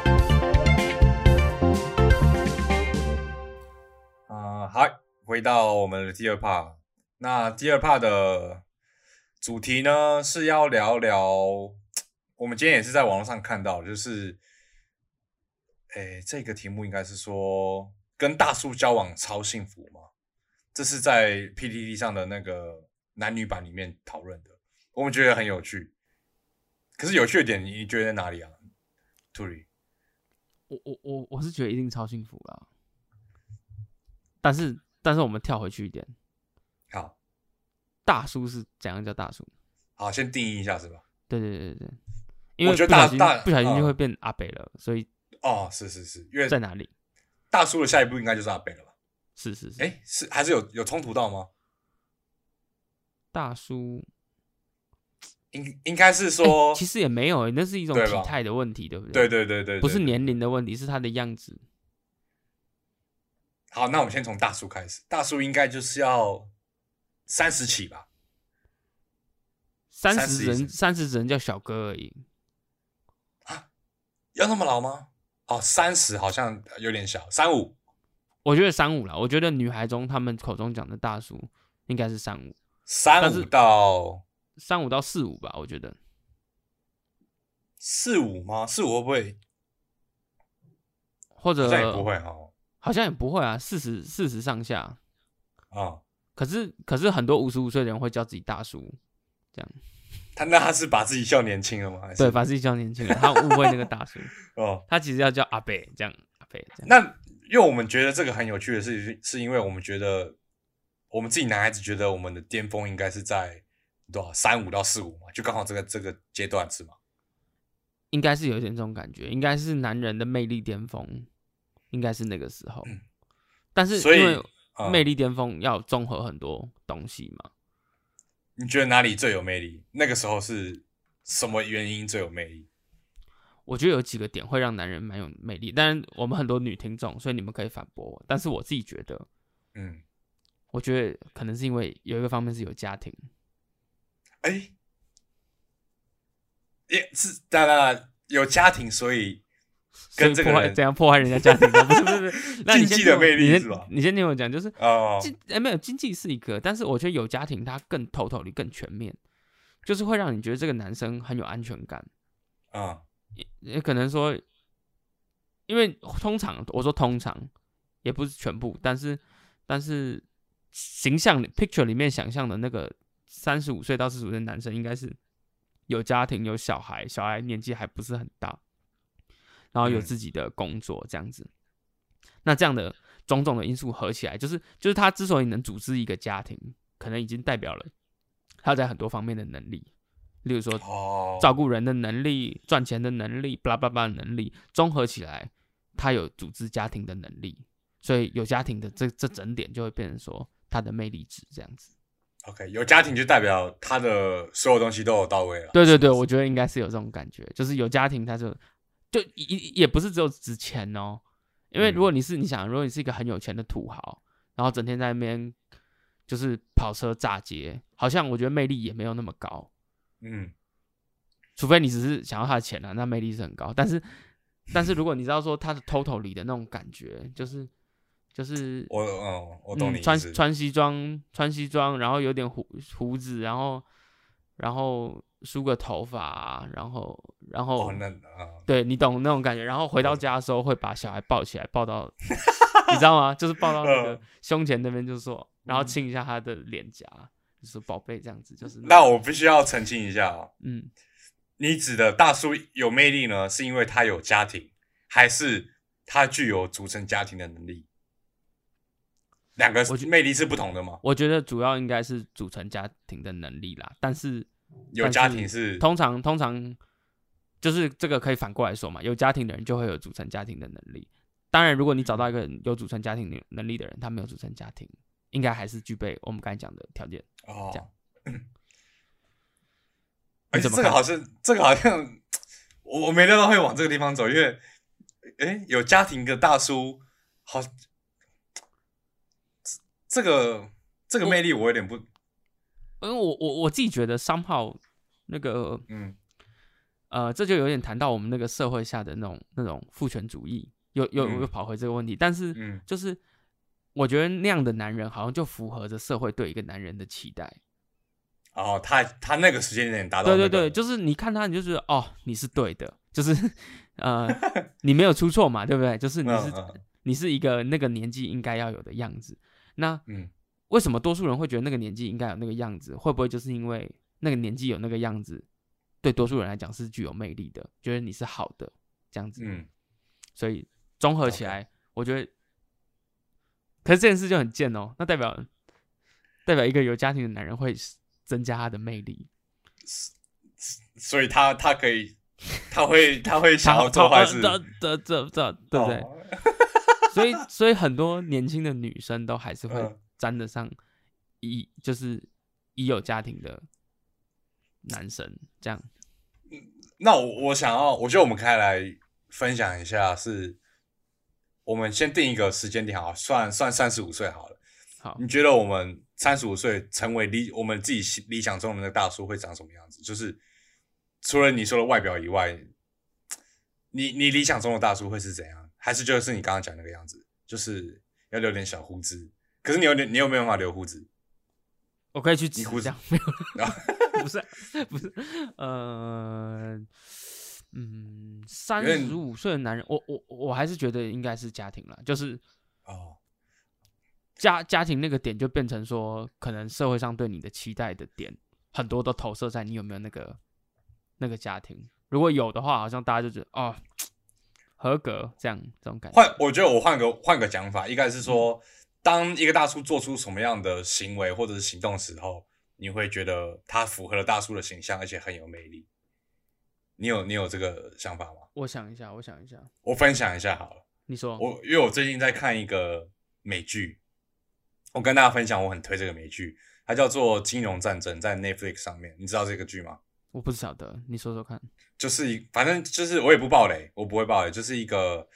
嗨，呃回到我们的第二 part。那第二 part 的主题呢是要聊聊，我们今天也是在网络上看到，就是，诶，这个题目应该是说跟大叔交往超幸福吗？这是在 PTT 上的那个男女版里面讨论的，我们觉得很有趣。可是有趣的点，你觉得在哪里啊？兔里，我我我我是觉得一定超幸福啦。但是但是我们跳回去一点，好大叔是怎样叫大叔？好先定义一下是吧？对对对对对，因为我觉得不小大心大不小心就嗯会变阿北了，所以哦，是是是，因为在哪里？大叔的下一步应该就是阿北了吧？是是是，哎，是还是有有冲突到吗？大叔应应该是哎说，其实也没有欸，那是一种对体吧态的问题，对不对对？对对对对，不是对年龄的问题，是他的样子。好，那我们先从大叔开始，大叔应该就是要三十起吧？三30十以人上三十人叫小哥而已，要那么老吗？哦，三十好像有点小，三五我觉得三五了。我觉得女孩中他们口中讲的大叔应该是三五，三但五是到三五到四五吧，我觉得。四五吗？四五会不会？或者好像也不会哦。好像也不会啊，四十四十上下。啊、可是可是很多五十五岁的人会叫自己大叔，他那他是把自己笑年轻了吗？还是对，把自己叫年轻人，他误会那个大叔， 哦，他其实要叫阿北这样，阿北这样。那因为我们觉得这个很有趣的是，是因为我们觉得我们自己男孩子觉得我们的巅峰应该是在多少三五到四五嘛，就刚好这个这个阶段是吗？应该是有一点这种感觉，应该是男人的魅力巅峰，应该是那个时候。但是嗯所以因为啊、嗯魅力巅峰要综合很多东西嘛，你觉得哪里最有魅力？那个时候是什么原因最有魅力？我觉得有几个点会让男人蛮有魅力。当然，我们很多女听众，所以你们可以反驳我。但是我自己觉得，嗯，我觉得可能是因为有一个方面是有家庭，哎、也是当然有家庭，所以所跟以这个破坏人怎样破坏人家家庭吗？ 不是不是不是，那你竞先技听的我魅力你先是吧你先听我讲，就是哦，经哎、没有经济是一个，但是我觉得有家庭它更头头里更全面，就是会让你觉得这个男生很有安全感。啊、也可能说，因为通常我说通常也不是全部，但是但是形象 picture 里面想象的那个三十五岁到四十五岁的男生，应该是有家庭、有小孩，小孩年纪还不是很大，然后有嗯自己的工作这样子。那这样的种种的因素合起来，就是就是他之所以能组织一个家庭，可能已经代表了他在很多方面的能力，例如说哦，照顾人的能力、赚钱的能力、巴拉巴拉的能力，综合起来，他有组织家庭的能力，所以有家庭的这这整点就会变成说他的魅力值这样子。 OK，有家庭就代表他的所有东西都有到位了。对对对，我觉得应该是有这种感觉，就是有家庭他就就也也不是只有值钱哦，因为如果你是你想，如果你是一个很有钱的土豪，然后整天在那边就是跑车炸街，好像我觉得魅力也没有那么高。嗯，除非你只是想要他的钱啊，那魅力是很高。但是，但是如果你知道说他的 total 里的那种感觉，就是就是我嗯，我懂你嗯、意穿思。穿西装，穿西装，然后有点胡胡子，然后然后梳个头发啊、然后然后、哦，那啊，对你懂那种感觉。然后回到家的时候会把小孩抱起来，抱到你知道吗？就是抱到那个嗯胸前那边，就是说，然后亲一下他的脸颊，就是宝贝这样子，就是那我必须要澄清一下哦，嗯。你指的大叔有魅力呢，是因为他有家庭，还是他具有组成家庭的能力？两个我觉魅力是不同的吗？我觉得主要应该是组成家庭的能力啦，但是嗯有但家庭是通常通常就是这个可以反过来说嘛，有家庭的人就会有组成家庭的能力。当然，如果你找到一个嗯有组成家庭能能力的人，他没有组成家庭，应该还是具备我们刚才讲的条件。这哦 样。而且你怎么这个看好像，这个好像，我我没料到会往这个地方走，因为，诶，有家庭的大叔，好，这这个这个魅力我有点不，因为我我我自己觉得商号那个嗯，呃，这就有点谈到我们那个社会下的那种那种父权主义，又又嗯又跑回这个问题，但是嗯就是我觉得那样的男人好像就符合着社会对一个男人的期待。哦，他他那个时间点达到、对那对个，对，就是你看他，你就觉得哦，你是对的，就是 呃，你没有出错嘛，对不对？就是你是嗯嗯你是一个那个年纪应该要有的样子。那嗯为什么多数人会觉得那个年纪应该有那个样子？会不会就是因为那个年纪有那个样子，对多数人来讲是具有魅力的，觉得你是好的这样子？嗯，所以综合起来，我觉得，可是这件事就很贱哦。那代表代表一个有家庭的男人会增加他的魅力，所以他他可以，他会他会想他要做坏事，这这这这对不对？哦所以所以很多年轻的女生都还是会嗯沾得上已就是已有家庭的男生这样。那我我想要，我觉得我们可以来分享一下是，我们先定一个时间点好了，算算三十五岁好了。好，你觉得我们三十五岁成为理我们自己心理想中的那个大叔会长什么样子？就是除了你说的外表以外，你你理想中的大叔会是怎样？还是就是你刚刚讲那个样子，就是要留点小胡子？可是你有点，你有没有办法留胡子？我可以去指你胡子这样，没有啊 不是不是，呃，嗯，三为你十五岁的男人，我我我还是觉得应该是家庭了，就是哦，家家庭那个点就变成说，可能社会上对你的期待的点很多都投射在你有没有那个那个家庭，如果有的话，好像大家就觉得哦，合格这样这种感觉，换，我觉得我换个换个讲法，应该是说，当一个大叔做出什么样的行为或者是行动时候，你会觉得他符合了大叔的形象，而且很有魅力。你有你有这个想法吗？我想一下，我想一下，我分享一下好了。你说，我因为我最近在看一个美剧，我跟大家分享，我很推这个美剧，它叫做《金融战争》，在 Netflix 上面。你知道这个剧吗？我不晓得，你说说看，就是一反正就是我也不爆雷，我不会爆雷，就是一个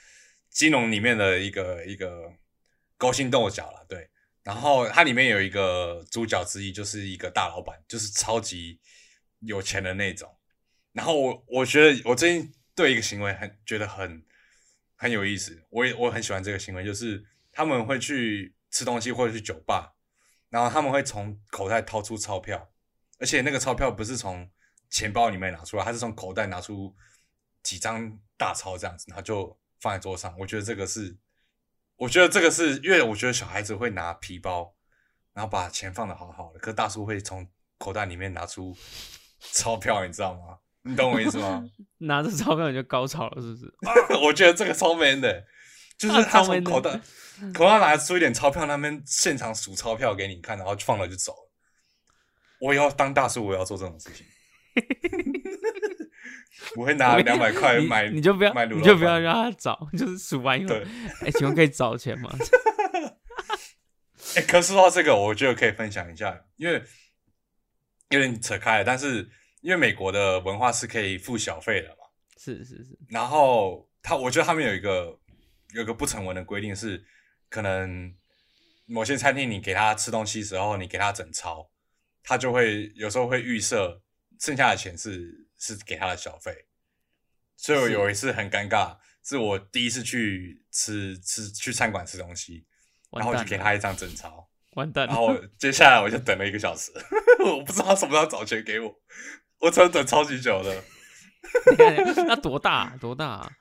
金融里面的一个一个勾心斗角了，对。然后它里面有一个主角之一，就是一个大老板，就是超级有钱的那种。然后我我觉得我最近对一个行为很觉得很很有意思，我也我很喜欢这个行为，就是他们会去吃东西或者去酒吧，然后他们会从口袋掏出钞票，而且那个钞票不是从钱包里面拿出来，他是从口袋拿出几张大钞这样子，然后就放在桌上。我觉得这个是，我觉得这个是因为我觉得小孩子会拿皮包，然后把钱放的好好的，可是大叔会从口袋里面拿出钞票，你知道吗？你懂我意思吗？拿着 钞票你就高潮了，是不是？ 我觉得这个超 man 的，就是他从口袋啊口袋拿出一点钞票，那边现场数钞票给你看，然后放了就走了。我以后当大叔，我也要做这种事 情。我会拿我跟两百块你买，你就不要买，卤肉你就不要饭让他找，就是数完以后，对。 哎、请问可以找钱吗？ 哎、可是说到这个，我觉得可以分享一下，因为有点扯开了，但是因为美国的文化是可以付小费的嘛。是是是，然后他，我觉得他们有一个有一个不成文的规定是，可能某些餐厅你给他吃东西时候，你给他整钞，他就会有时候会预设剩下的钱是是给他的小费。所以我是有一次很尴尬，是我第一次去吃吃去餐馆吃东西，然完后我蛋就给了他一张整钞，完蛋然 了，后接下来我就等了一个小时， 我不知道他什么时候找钱给我，我真的等超级久的，那多大、啊、多大、啊？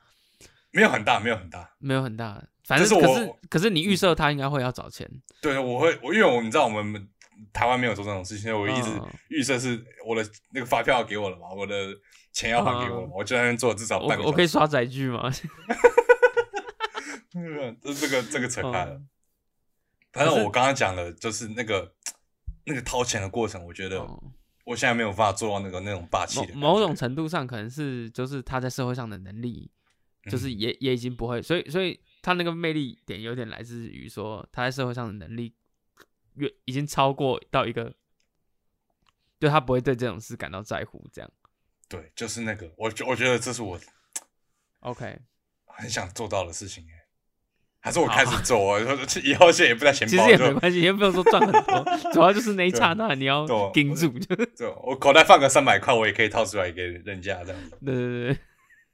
没有很大，没有很大。没有很大，啊反就正是可我嗯是可是你预设他应该会要找钱，对，我会，我因为我你知道我们台湾没有做这种事情，所以我一直嗯预设是我的那个发票要给我了嘛，我的钱要还给我了嘛，我就在那边做至少嗯我哦半个我小可时。以刷载具吗？嗯 这这个这个扯开了嗯。反可正是我刚刚讲的就是那个那个掏钱的过程，我觉得哦我现在没有办法做到那个那种霸气某的感某觉种程度上可能是就是他在社会上的能力，嗯就是也也已经不会，所以所以他那个魅力点有点来自于说他在社会上的能力越已经超过到一个，对他不会对这种事感到在乎这样。对，就是那个，我觉我觉得这是我 OK，很想做到的事情哎，还是我好开始做，我我以后现在也不带钱 其包，实我也就没关系，也不用说赚很 多，主要就是那一刹那你要对我盯住，就对，我口袋放个三百块，我也可以掏出来给人家这样子。对对对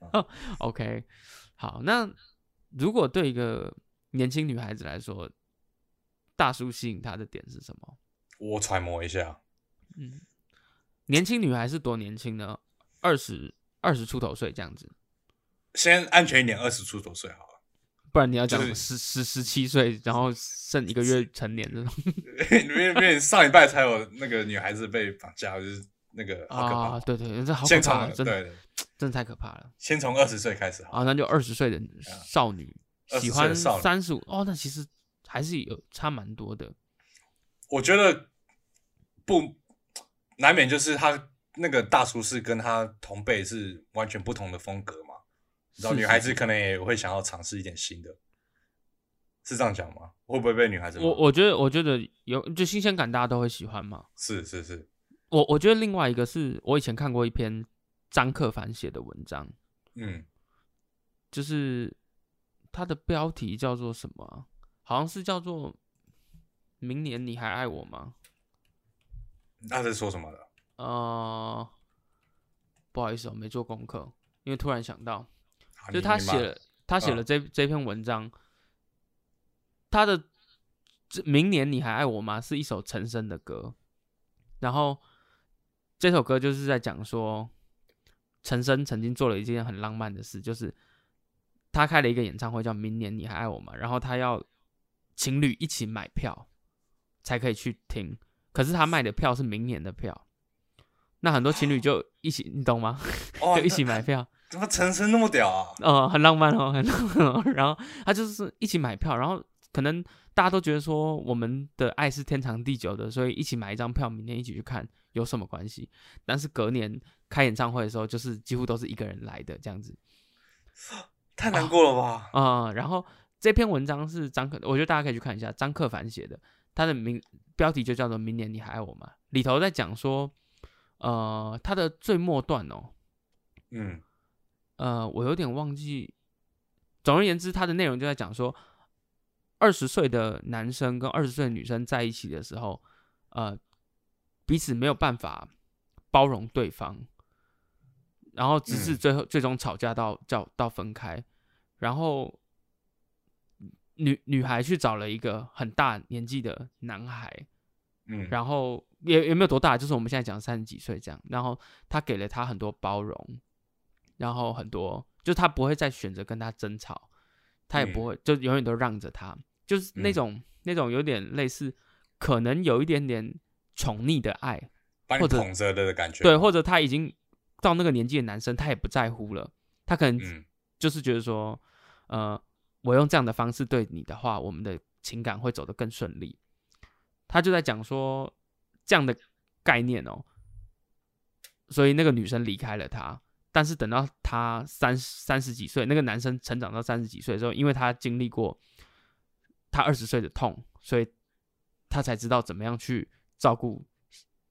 嗯 对，OK，好，那如果对一个年轻女孩子来说，大叔吸引他的点是什么？我揣摩一下，嗯，年轻女孩是多年轻呢？二十二十出头岁这样子，先安全一点，二十出头岁好了。 不然你要讲就是十十十七岁，然后剩一个月成年这种因为因为上礼拜才有那个女孩子被绑架，就是那个好可怕，啊，对对，这好可现怕场了，对真的对，真的太可怕了先从二十岁开始好了，啊！那就二十岁的少女20喜岁欢的少女三十五哦，那其实还是有差蛮多的。我觉得不难免就是他那个大叔是跟他同辈是完全不同的风格嘛，然后是女孩是子可能也会想要尝试一点新的，是这样讲吗？会不会被女孩子骂？我我觉得我觉得有就新鲜感，大家都会喜欢嘛。是是是，我我觉得另外一个是我以前看过一篇张克凡写的文章，嗯，就是它的标题叫做什么啊？好像是叫做“明年你还爱我吗那是说什么的？”？呃，不好意思、哦，没做功课，因为突然想到，好就是啊你他你嗯骂写了他写了这、这篇文章，他的这明年你还爱我吗？是一首陈升的歌，然后这首歌就是在讲说，陈升曾经做了一件很浪漫的事，就是他开了一个演唱会叫《明年你还爱我吗》，然后他要情侣一起买票才可以去听，可是他卖的票是明年的票，那很多情侣就一起，你懂吗？哦， 就一起那买票。怎么陈升那么屌啊？呃，很浪漫哦，很浪漫哦。 然后他就是一起买票，然后可能大家都觉得说我们的爱是天长地久的，所以一起买一张票，明天一起去看有什么关系？但是隔年开演唱会的时候，就是几乎都是一个人来的这样子太难过了吧？啊、然后这篇文章是张克，我觉得大家可以去看一下张克凡写的，他的名标题就叫做《明年你还爱我吗》，里头在讲说，呃，他的最末段哦，嗯，呃，我有点忘记。总而言之，它的内容就在讲说，二十岁的男生跟二十岁的女生在一起的时候，呃，彼此没有办法包容对方，然后直至嗯最后、最终吵架到叫到分开，然后女女孩去找了一个很大年纪的男孩，嗯，然后也也没有多大，就是我们现在讲三十几岁这样。然后他给了他很多包容，然后很多就他不会再选择跟他争吵，他也不会、就永远都让着他，就是那嗯种、那种有点类似，可能有一点点宠溺的爱，把你或者捧着的感觉，对，或者他已经到那个年纪的男生，他也不在乎了，他可能嗯，就是觉得说，呃，我用这样的方式对你的话，我们的情感会走得更顺利。他就在讲说这样的概念哦，所以那个女生离开了他，但是等到他三三十几岁，那个男生成长到三十几岁的时候，因为他经历过他二十岁的痛，所以他才知道怎么样去照顾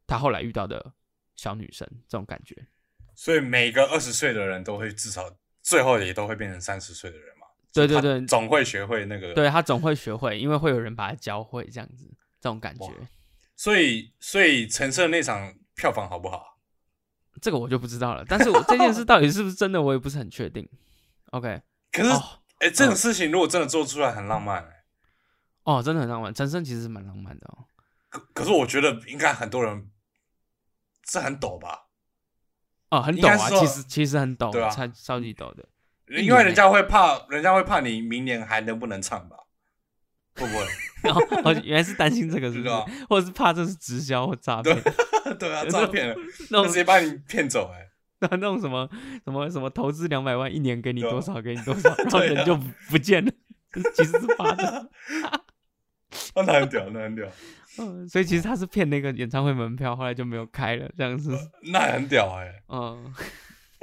他后来遇到的小女生这种感觉。所以每个二十岁的人都会至少最后也都会变成三十岁的人嘛。所对以对他对，总会学会那个。，对他总会学会，因为会有人把他教会这样子，这种感觉哇，所以所以陈胜那场票房好不好？这个我就不知道了。但是我这件事到底是不是真的，我也不是很确定。OK，可是，哎、哦这种事情如果真的做出来，很浪漫、欸。哦，真的很浪漫，陈升其实是蛮浪漫的哦。可可是我觉得应该很多人这很抖吧，哦，很应懂该啊，是说其实其实很懂，对啊超超级懂的。年因为人家会怕，人家会怕你明年还能不能唱吧？会 不会？然后哦，原来是担心这个是不 对啊是？或者是怕这是直销或诈骗，对啊，诈骗了，那那种 直接把你骗走、欸，哎，那种什么什么什么投资两百万，一年给你对啊多少，给你多少，然后对啊人就不不见了，其实是发的。 哦那很屌，那很屌，嗯，所以其实他是骗那个演唱会门票，后来就没有开了，这样子。那很屌、欸，哎。 嗯，哦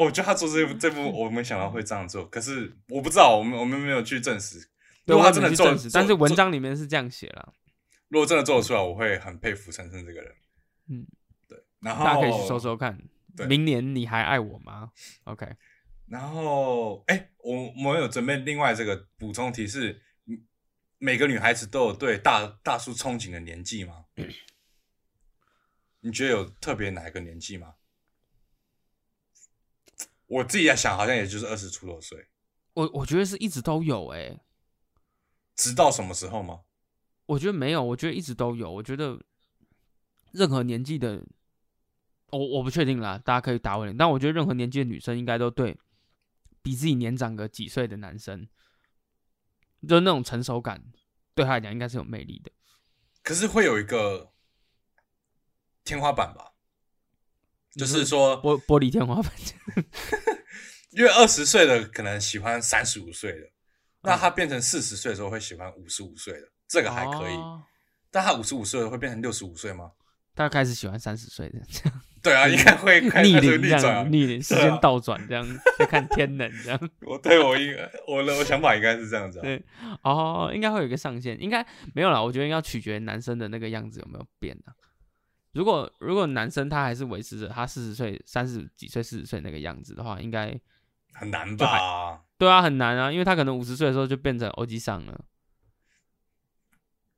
我觉得他做这部这部，我没想到会这样做，可是我不知道，我们我们没有去证实。对，如果我他也真的没去做，证实，但是做文章里面是这样写了，如果真的做得出来，我会很佩服陈升这个人。嗯，对。然后大家可以去搜。搜看。对明年你还爱我吗？OK，然后，哎，我我们有准备另外这个补充提示，嗯每个女孩子都有对大大叔憧憬的年纪 吗？你觉得有特别哪一个年纪吗？我自己在想，好像也就是二十出头岁，我我觉得是一直都有哎、直到什么时候吗？我觉得没有，我觉得一直都有。我觉得任何年纪的，我我不确定啦，大家可以打我脸。但我觉得任何年纪的女生应该都对比自己年长个几岁的男生，就那种成熟感，对他来讲应该是有魅力的。可是会有一个天花板吧，就你是说，玻玻璃天花板，因为二十岁的可能喜欢三十五岁的，那他变成四十岁的时候会喜欢五十五岁的，这个还可以。哦但他五十五岁的会变成六十五岁吗？他开始喜欢三十岁的，对啊，应该会 开逆开始龄逆这转样啊子，。逆龄时对啊间倒转这样，在看天能这样。我对我应该我的我想法应该是这样子、啊。对哦，应该会有一个上限，应该没有啦。我觉得要取决男生的那个样子有没有变啊。如果如果男生他还是维持着他四十岁、三十几岁、四十岁那个样子的话，应该很难就还吧？对啊很难啊，因为他可能五十岁的时候就变成欧吉桑了。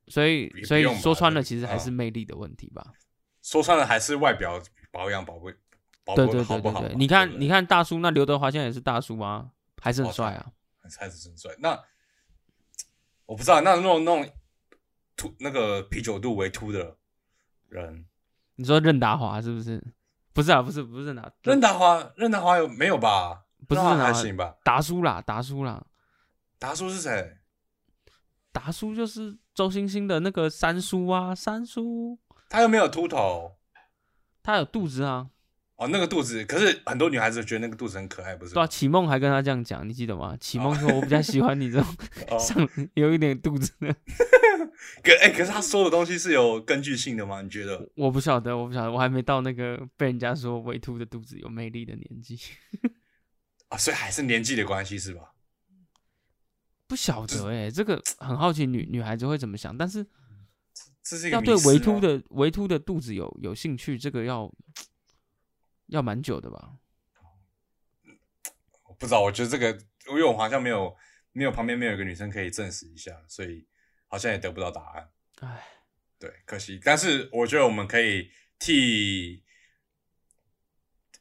所以也，不所以用说吧穿这了，个其实还是嗯魅力的问题吧。说穿了还是外表保养保不保对不对好对不对好嘛？对，你对看不你对看大叔，那刘德华现在也是大叔啊，还是很哦帅对啊。才是真帅。那我不知道，那那种那种秃那个啤酒肚为秃的人，你说任达华是不是？不是啊，不是不是任达，任达华任达华有没有吧？不是任达华任达还华行吧？达叔啦，达叔啦。达叔是谁？达叔就是周星星的那个三叔啊，三叔他又没有秃头他有肚子啊，哦，那个肚子，可是很多女孩子觉得那个肚子很可爱，不是对啊，吗？启梦还跟他这样讲，你记得吗？启梦说：“我比较喜欢你这种 哦，上有一点肚子的。 啊可哎、可是他说的东西是有根据性的吗？你觉得？”我不晓得，我不晓得，我还没到那个被人家说维图的肚子有魅力的年纪，啊，所以还是年纪的关系是吧？不晓嗯得哎、这个很好奇女女孩子会怎么想，但是这是一个要对迷思哦啊维图吗的维图的肚子有有兴趣，这个要要蛮久的吧？不知道，我觉得这个，因为我好像没有没有旁边没有一个女生可以证实一下，所以好像也得不到答案。唉，对，可惜。但是我觉得我们可以替，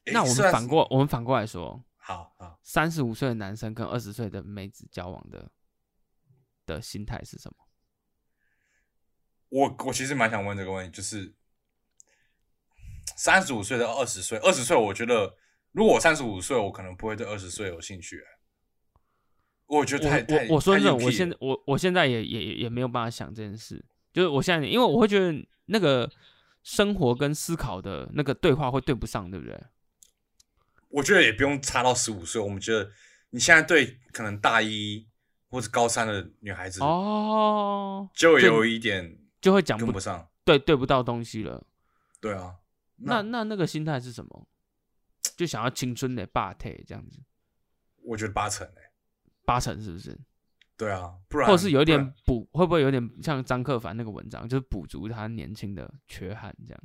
诶那我虽然们反过我们反过来说，好好，三十五岁的男生跟二十岁的妹子交往的的心态是什么？我我其实蛮想问这个问题，就是三十五岁到二十岁，二十岁我觉得如果我三十五岁，我可能不会对二十岁有兴趣、欸我觉得太我太我我说太真的，硬我屁现了在我我现在也也也也没有办法想这件事，就是我现在因为我会觉得那个生活跟思考的那个对话会对不上，对不对？我觉得也不用差到十五岁。我们觉得你现在对可能大一或者高三的女孩子，哦，就有一点就会讲跟不不上。对对不到东西了。对啊，那那那个心态是什么？就想要青春的霸体这样子，我觉得八成哎、八成是不是？对啊，不然或者是有不一点然补，会不会有点像张克凡那个文章，就是补足他年轻的缺憾这样？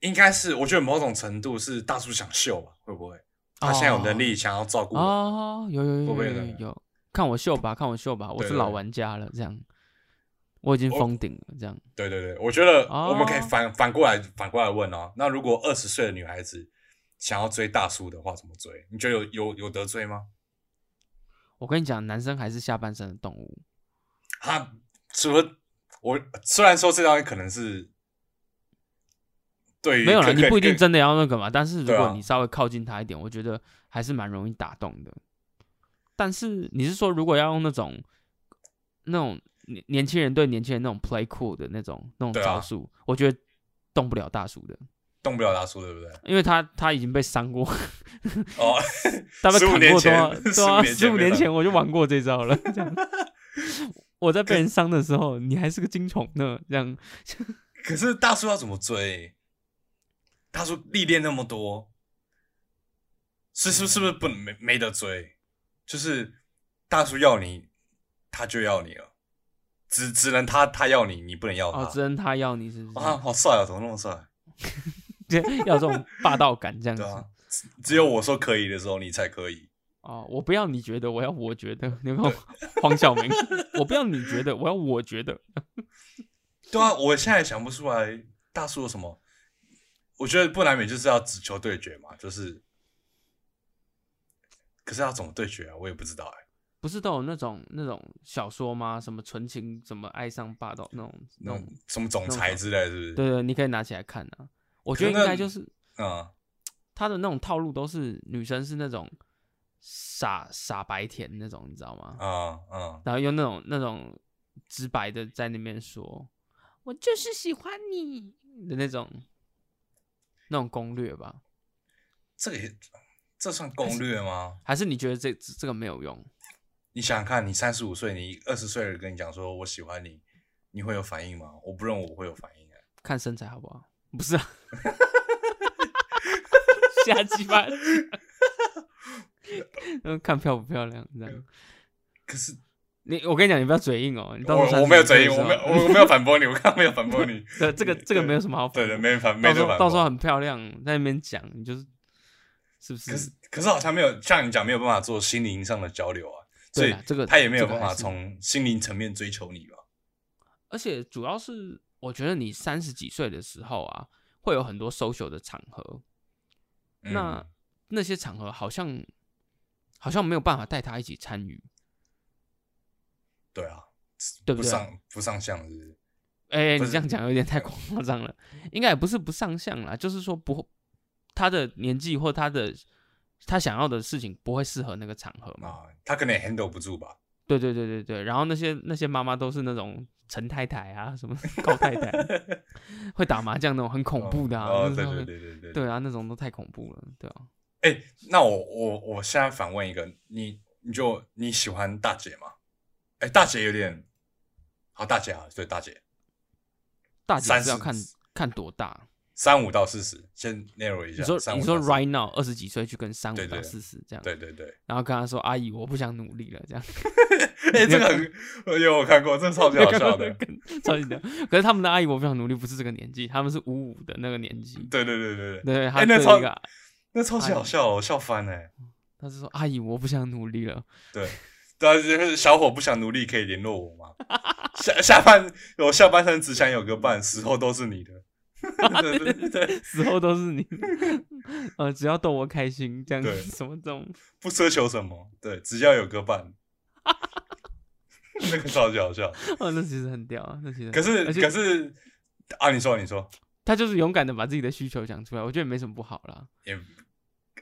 应该是我觉得某种程度是大叔想秀吧，会不会？他现在有能力想要照顾我，哦，有有会有不会有有有那个有，看我秀 吧，看我秀吧，我对是对老对玩家了，这样，我已经我封顶了，这样，对对对，我觉得哦我们可以反、反过来反过来问哦。那如果二十岁的女孩子想要追大叔的话，怎么追？你觉得有有有得追吗？我跟你讲，男生还是下半身的动物，他除了我，虽然说这张可能是对于没有了，可你可不一定可真的要那个嘛，但是如对果啊你稍微靠近他一点，我觉得还是蛮容易打动的。但是你是说，如果要用那种那种年年轻人对年轻人那种 play cool 的那种那种对啊招数，我觉得动不了大叔的，动不了大叔，对 不对？因为他他已经被伤过，哦，他被15砍年过多前少？对15啊，年十前五被年砍前我就玩过这招了。这 样，我在被人伤的时候，你还是个精虫呢。这样，可是大叔要怎么追？大叔历练那么多，是是是不是不能没没得追？就是大叔要你，他就要你了，只只能他他要你，你不能要他。哦，只能他要你是不哇， 好帅啊啊！怎么那么帅？是？要这种霸道感这 样对子。啊，只只有我说可以的时候，你才可以。哦，我不要你觉得，我要我觉得。你看黄晓明， 我不要你觉得，我要我觉得。对啊，我现在想不出来大叔有什么。我觉得不难免就是要只求对决嘛，就是。可是要怎么对决啊？我也不知道哎、不是都有那种那种小说吗？什么纯情，什么爱上霸道那种那那种种，什么总裁之类的，是不是？嗯对对，你可以拿起来看啊。我觉得应可是那该就是嗯，他的那种套路都是女生是那种傻傻白甜那种，你知道吗？嗯嗯然后用那种那种直白的在那边说，我就是喜欢你的那种那种攻略吧？这个也这算攻略吗？还是你觉得这这个没有用？你想想看，你三十五岁，你二十岁的人跟你讲说我喜欢你，你会有反应吗？我不认为我会有反应、欸。看身材好不好？不是啊， 瞎鸡巴， 嗯，看漂不漂亮这样。可是你我跟你讲，你不要嘴硬哦，你到时候我我没有嘴硬， 35我没有岁的时候我我没有反驳你，我刚刚没有反驳你。对呃这个这个没有什么好对反对，驳，没人反，没到人时反候驳。到时候很漂亮，在那边讲，你就是是不是？可是可是好像没有像你讲没有办法做心灵上的交流啊，所对以啦这个他也没有办这个法还是从心灵层面追求你吧。而且主要是我觉得你三十几岁的时候啊，会有很多 social 的场合，嗯那那些场合好像好像没有办法带他一起参与，对啊，对不对？上不上相是不是？哎、不你是这样讲有点太夸 张了，应该也不是不上相啦，就是说不他的年纪或他的他想要的事情不会适合那个场合嘛。啊，他可能也 handle 不住吧。对对对对对，然后那些那些妈妈都是那种陈太太啊，什么高太 太，会打麻将那种很恐怖的啊，哦，就是对他们对对对对对啊，那种都太恐怖了，对啊。哎、那我我我现在反问一个，你你就你喜欢大姐吗？哎、大姐有点，好大姐啊，对大姐，大姐是30要看看多大。三五到四十，先 narrow 一下。你说35你说到 right now 二十几岁去跟三五对对到对四十这样，对对 对，然后跟她说阿姨我不想努力了这样，哎、这个很 我有我看过，这个超级好笑的。 跟超级屌。可是他们的阿姨我不想努力不是这个年纪，他们是五五的那个年纪。对对对对对，对，哎他那对超一个，那超级好笑哦，我笑翻哎、他是说阿姨我不想努力了，对，但是小伙不想努力，可以联络我吗？ 下下半我下半身只想有个伴，死后都是你 的。对对对对，死后都是你，呃，只要逗我开心这样对子，什么这种不奢求什么，对，只要有个 伴。那个超级好笑， 哦，那其实很屌啊，那其实很可是而且可是啊，你说你说，他就是勇敢的把自己的需求讲出来，我觉得也没什么不好啦，也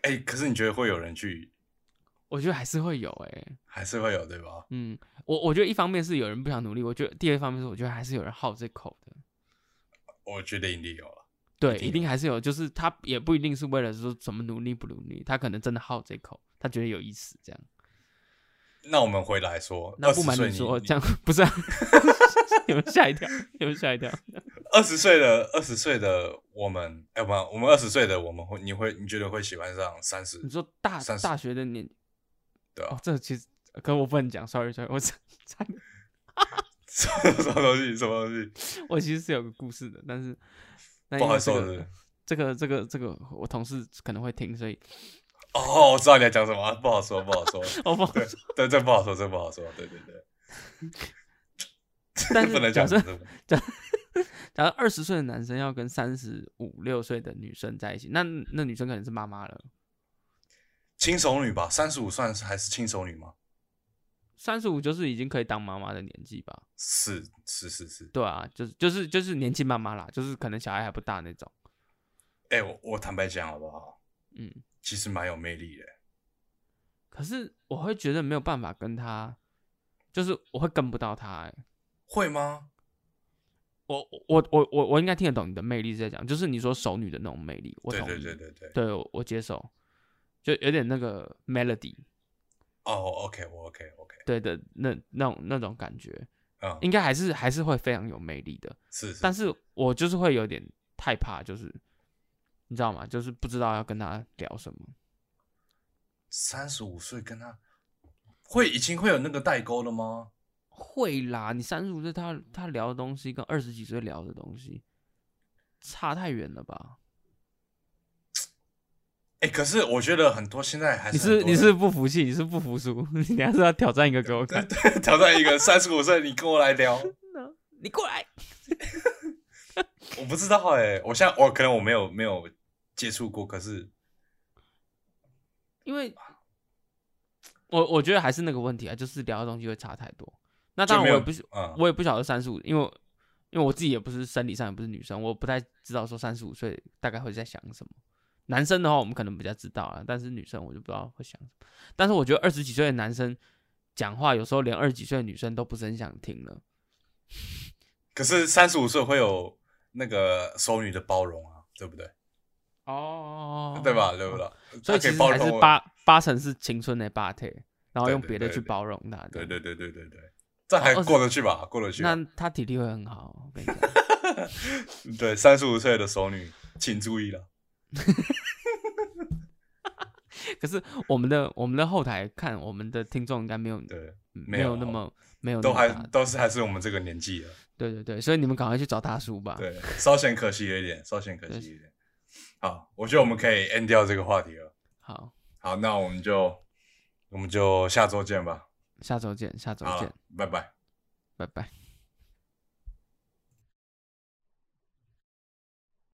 哎、可是你觉得会有人去，我觉得还是会有哎、还是会有对吧？嗯，我我觉得一方面是有人不想努力，我觉得第二方面是我觉得还是有人好这口的，我觉得一定有了，对，一定啊一定还是有，就是他也不一定是为了说什么努力不努力，他可能真的好这口，他觉得有意思这样。那我们回来说，那二不十瞒岁你你说，你这样 不是、啊， 你们吓一跳，你们吓一跳。二十岁的二十岁的我们，哎、不，我们二十岁的我们会，你会你觉得会喜欢上三十你？说大三十大学的年，对啊哦，这其实可我不能讲，sorry sorry，我 差 什么东西？什么东西？我其实是有个故事的，但是那不好因说为是不是这个这个这个这个我同事可能会听，所以哦，我知道你在讲什么，不好说，不好说。 我不好对，对，这不好说，这不好说。对对对，但 不能是假讲设这个假如二十岁的男生要跟三十五六岁的女生在一起，那那女生可能是妈妈了。轻熟女吧，三十五算是还是轻熟女吗？三十五就是已经可以当妈妈的年纪吧？是是是是。对啊，就是就是就是年轻妈妈啦，就是可能小孩还不大那种。哎、我我坦白讲好不好？嗯，其实蛮有魅力的。可是我会觉得没有办法跟她，就是我会跟不到她、欸。会吗？我我我我我应该听得懂你的魅力是在讲，就是你说熟女的那种魅力，我对同意，对对对对。对我我接受，就有点那个 melody 哦，OK，我 OK OK，对的那那种那种感觉，嗯，应该还是还是会非常有魅力的。是是但是我就是会有点害怕，就是你知道吗？就是不知道要跟他聊什么。三十五岁跟他会已经会有那个代沟了吗？会啦，你三十五岁他他聊的东西跟二十几岁聊的东西差太远了吧？哎、可是我觉得很多现在还你是很是多你人是不服气，你是不服输， 你还是要挑战一个给我看。 挑战一个三十五岁，你跟我来聊，你过来，我不知道哎、我现在我可能我没有没有接触过，可是因为我我觉得还是那个问题啊，就是聊的东西会差太多。那当就然没我有也不是，嗯，我也不晓得三十五，因为我因为我自己也不是生理上也不是女生，我不太知道说三十五岁大概会在想什么。男生的话，我们可能比较知道啊，但是女生我就不知道会想什么。但是我觉得二十几岁的男生讲话，有时候连二十几岁的女生都不是很想听了。可是三十五岁会有那个熟女的包容啊，对不对？哦对吧？对不？对？所她可以其实包还容是我八八成是青春的霸体，然后对用对别的对去对包容他。对啊对对对对对，这还哦过得去吧？过得去吧。那他体力会很好，我跟你讲。对，三十五岁的熟女，请注意了。可是我们的我们的后台看，我们的听众应该没有对，没有那么没有那都么还大都是还是我们这个年纪了。对对对，所以你们赶快去找大叔吧。对，稍显可惜了一点，稍显可惜了一点。好，我觉得我们可以 end 掉这个话题了。好，好，那我们就我们就下周见吧。下周见，下周好见了，，拜拜。拜拜。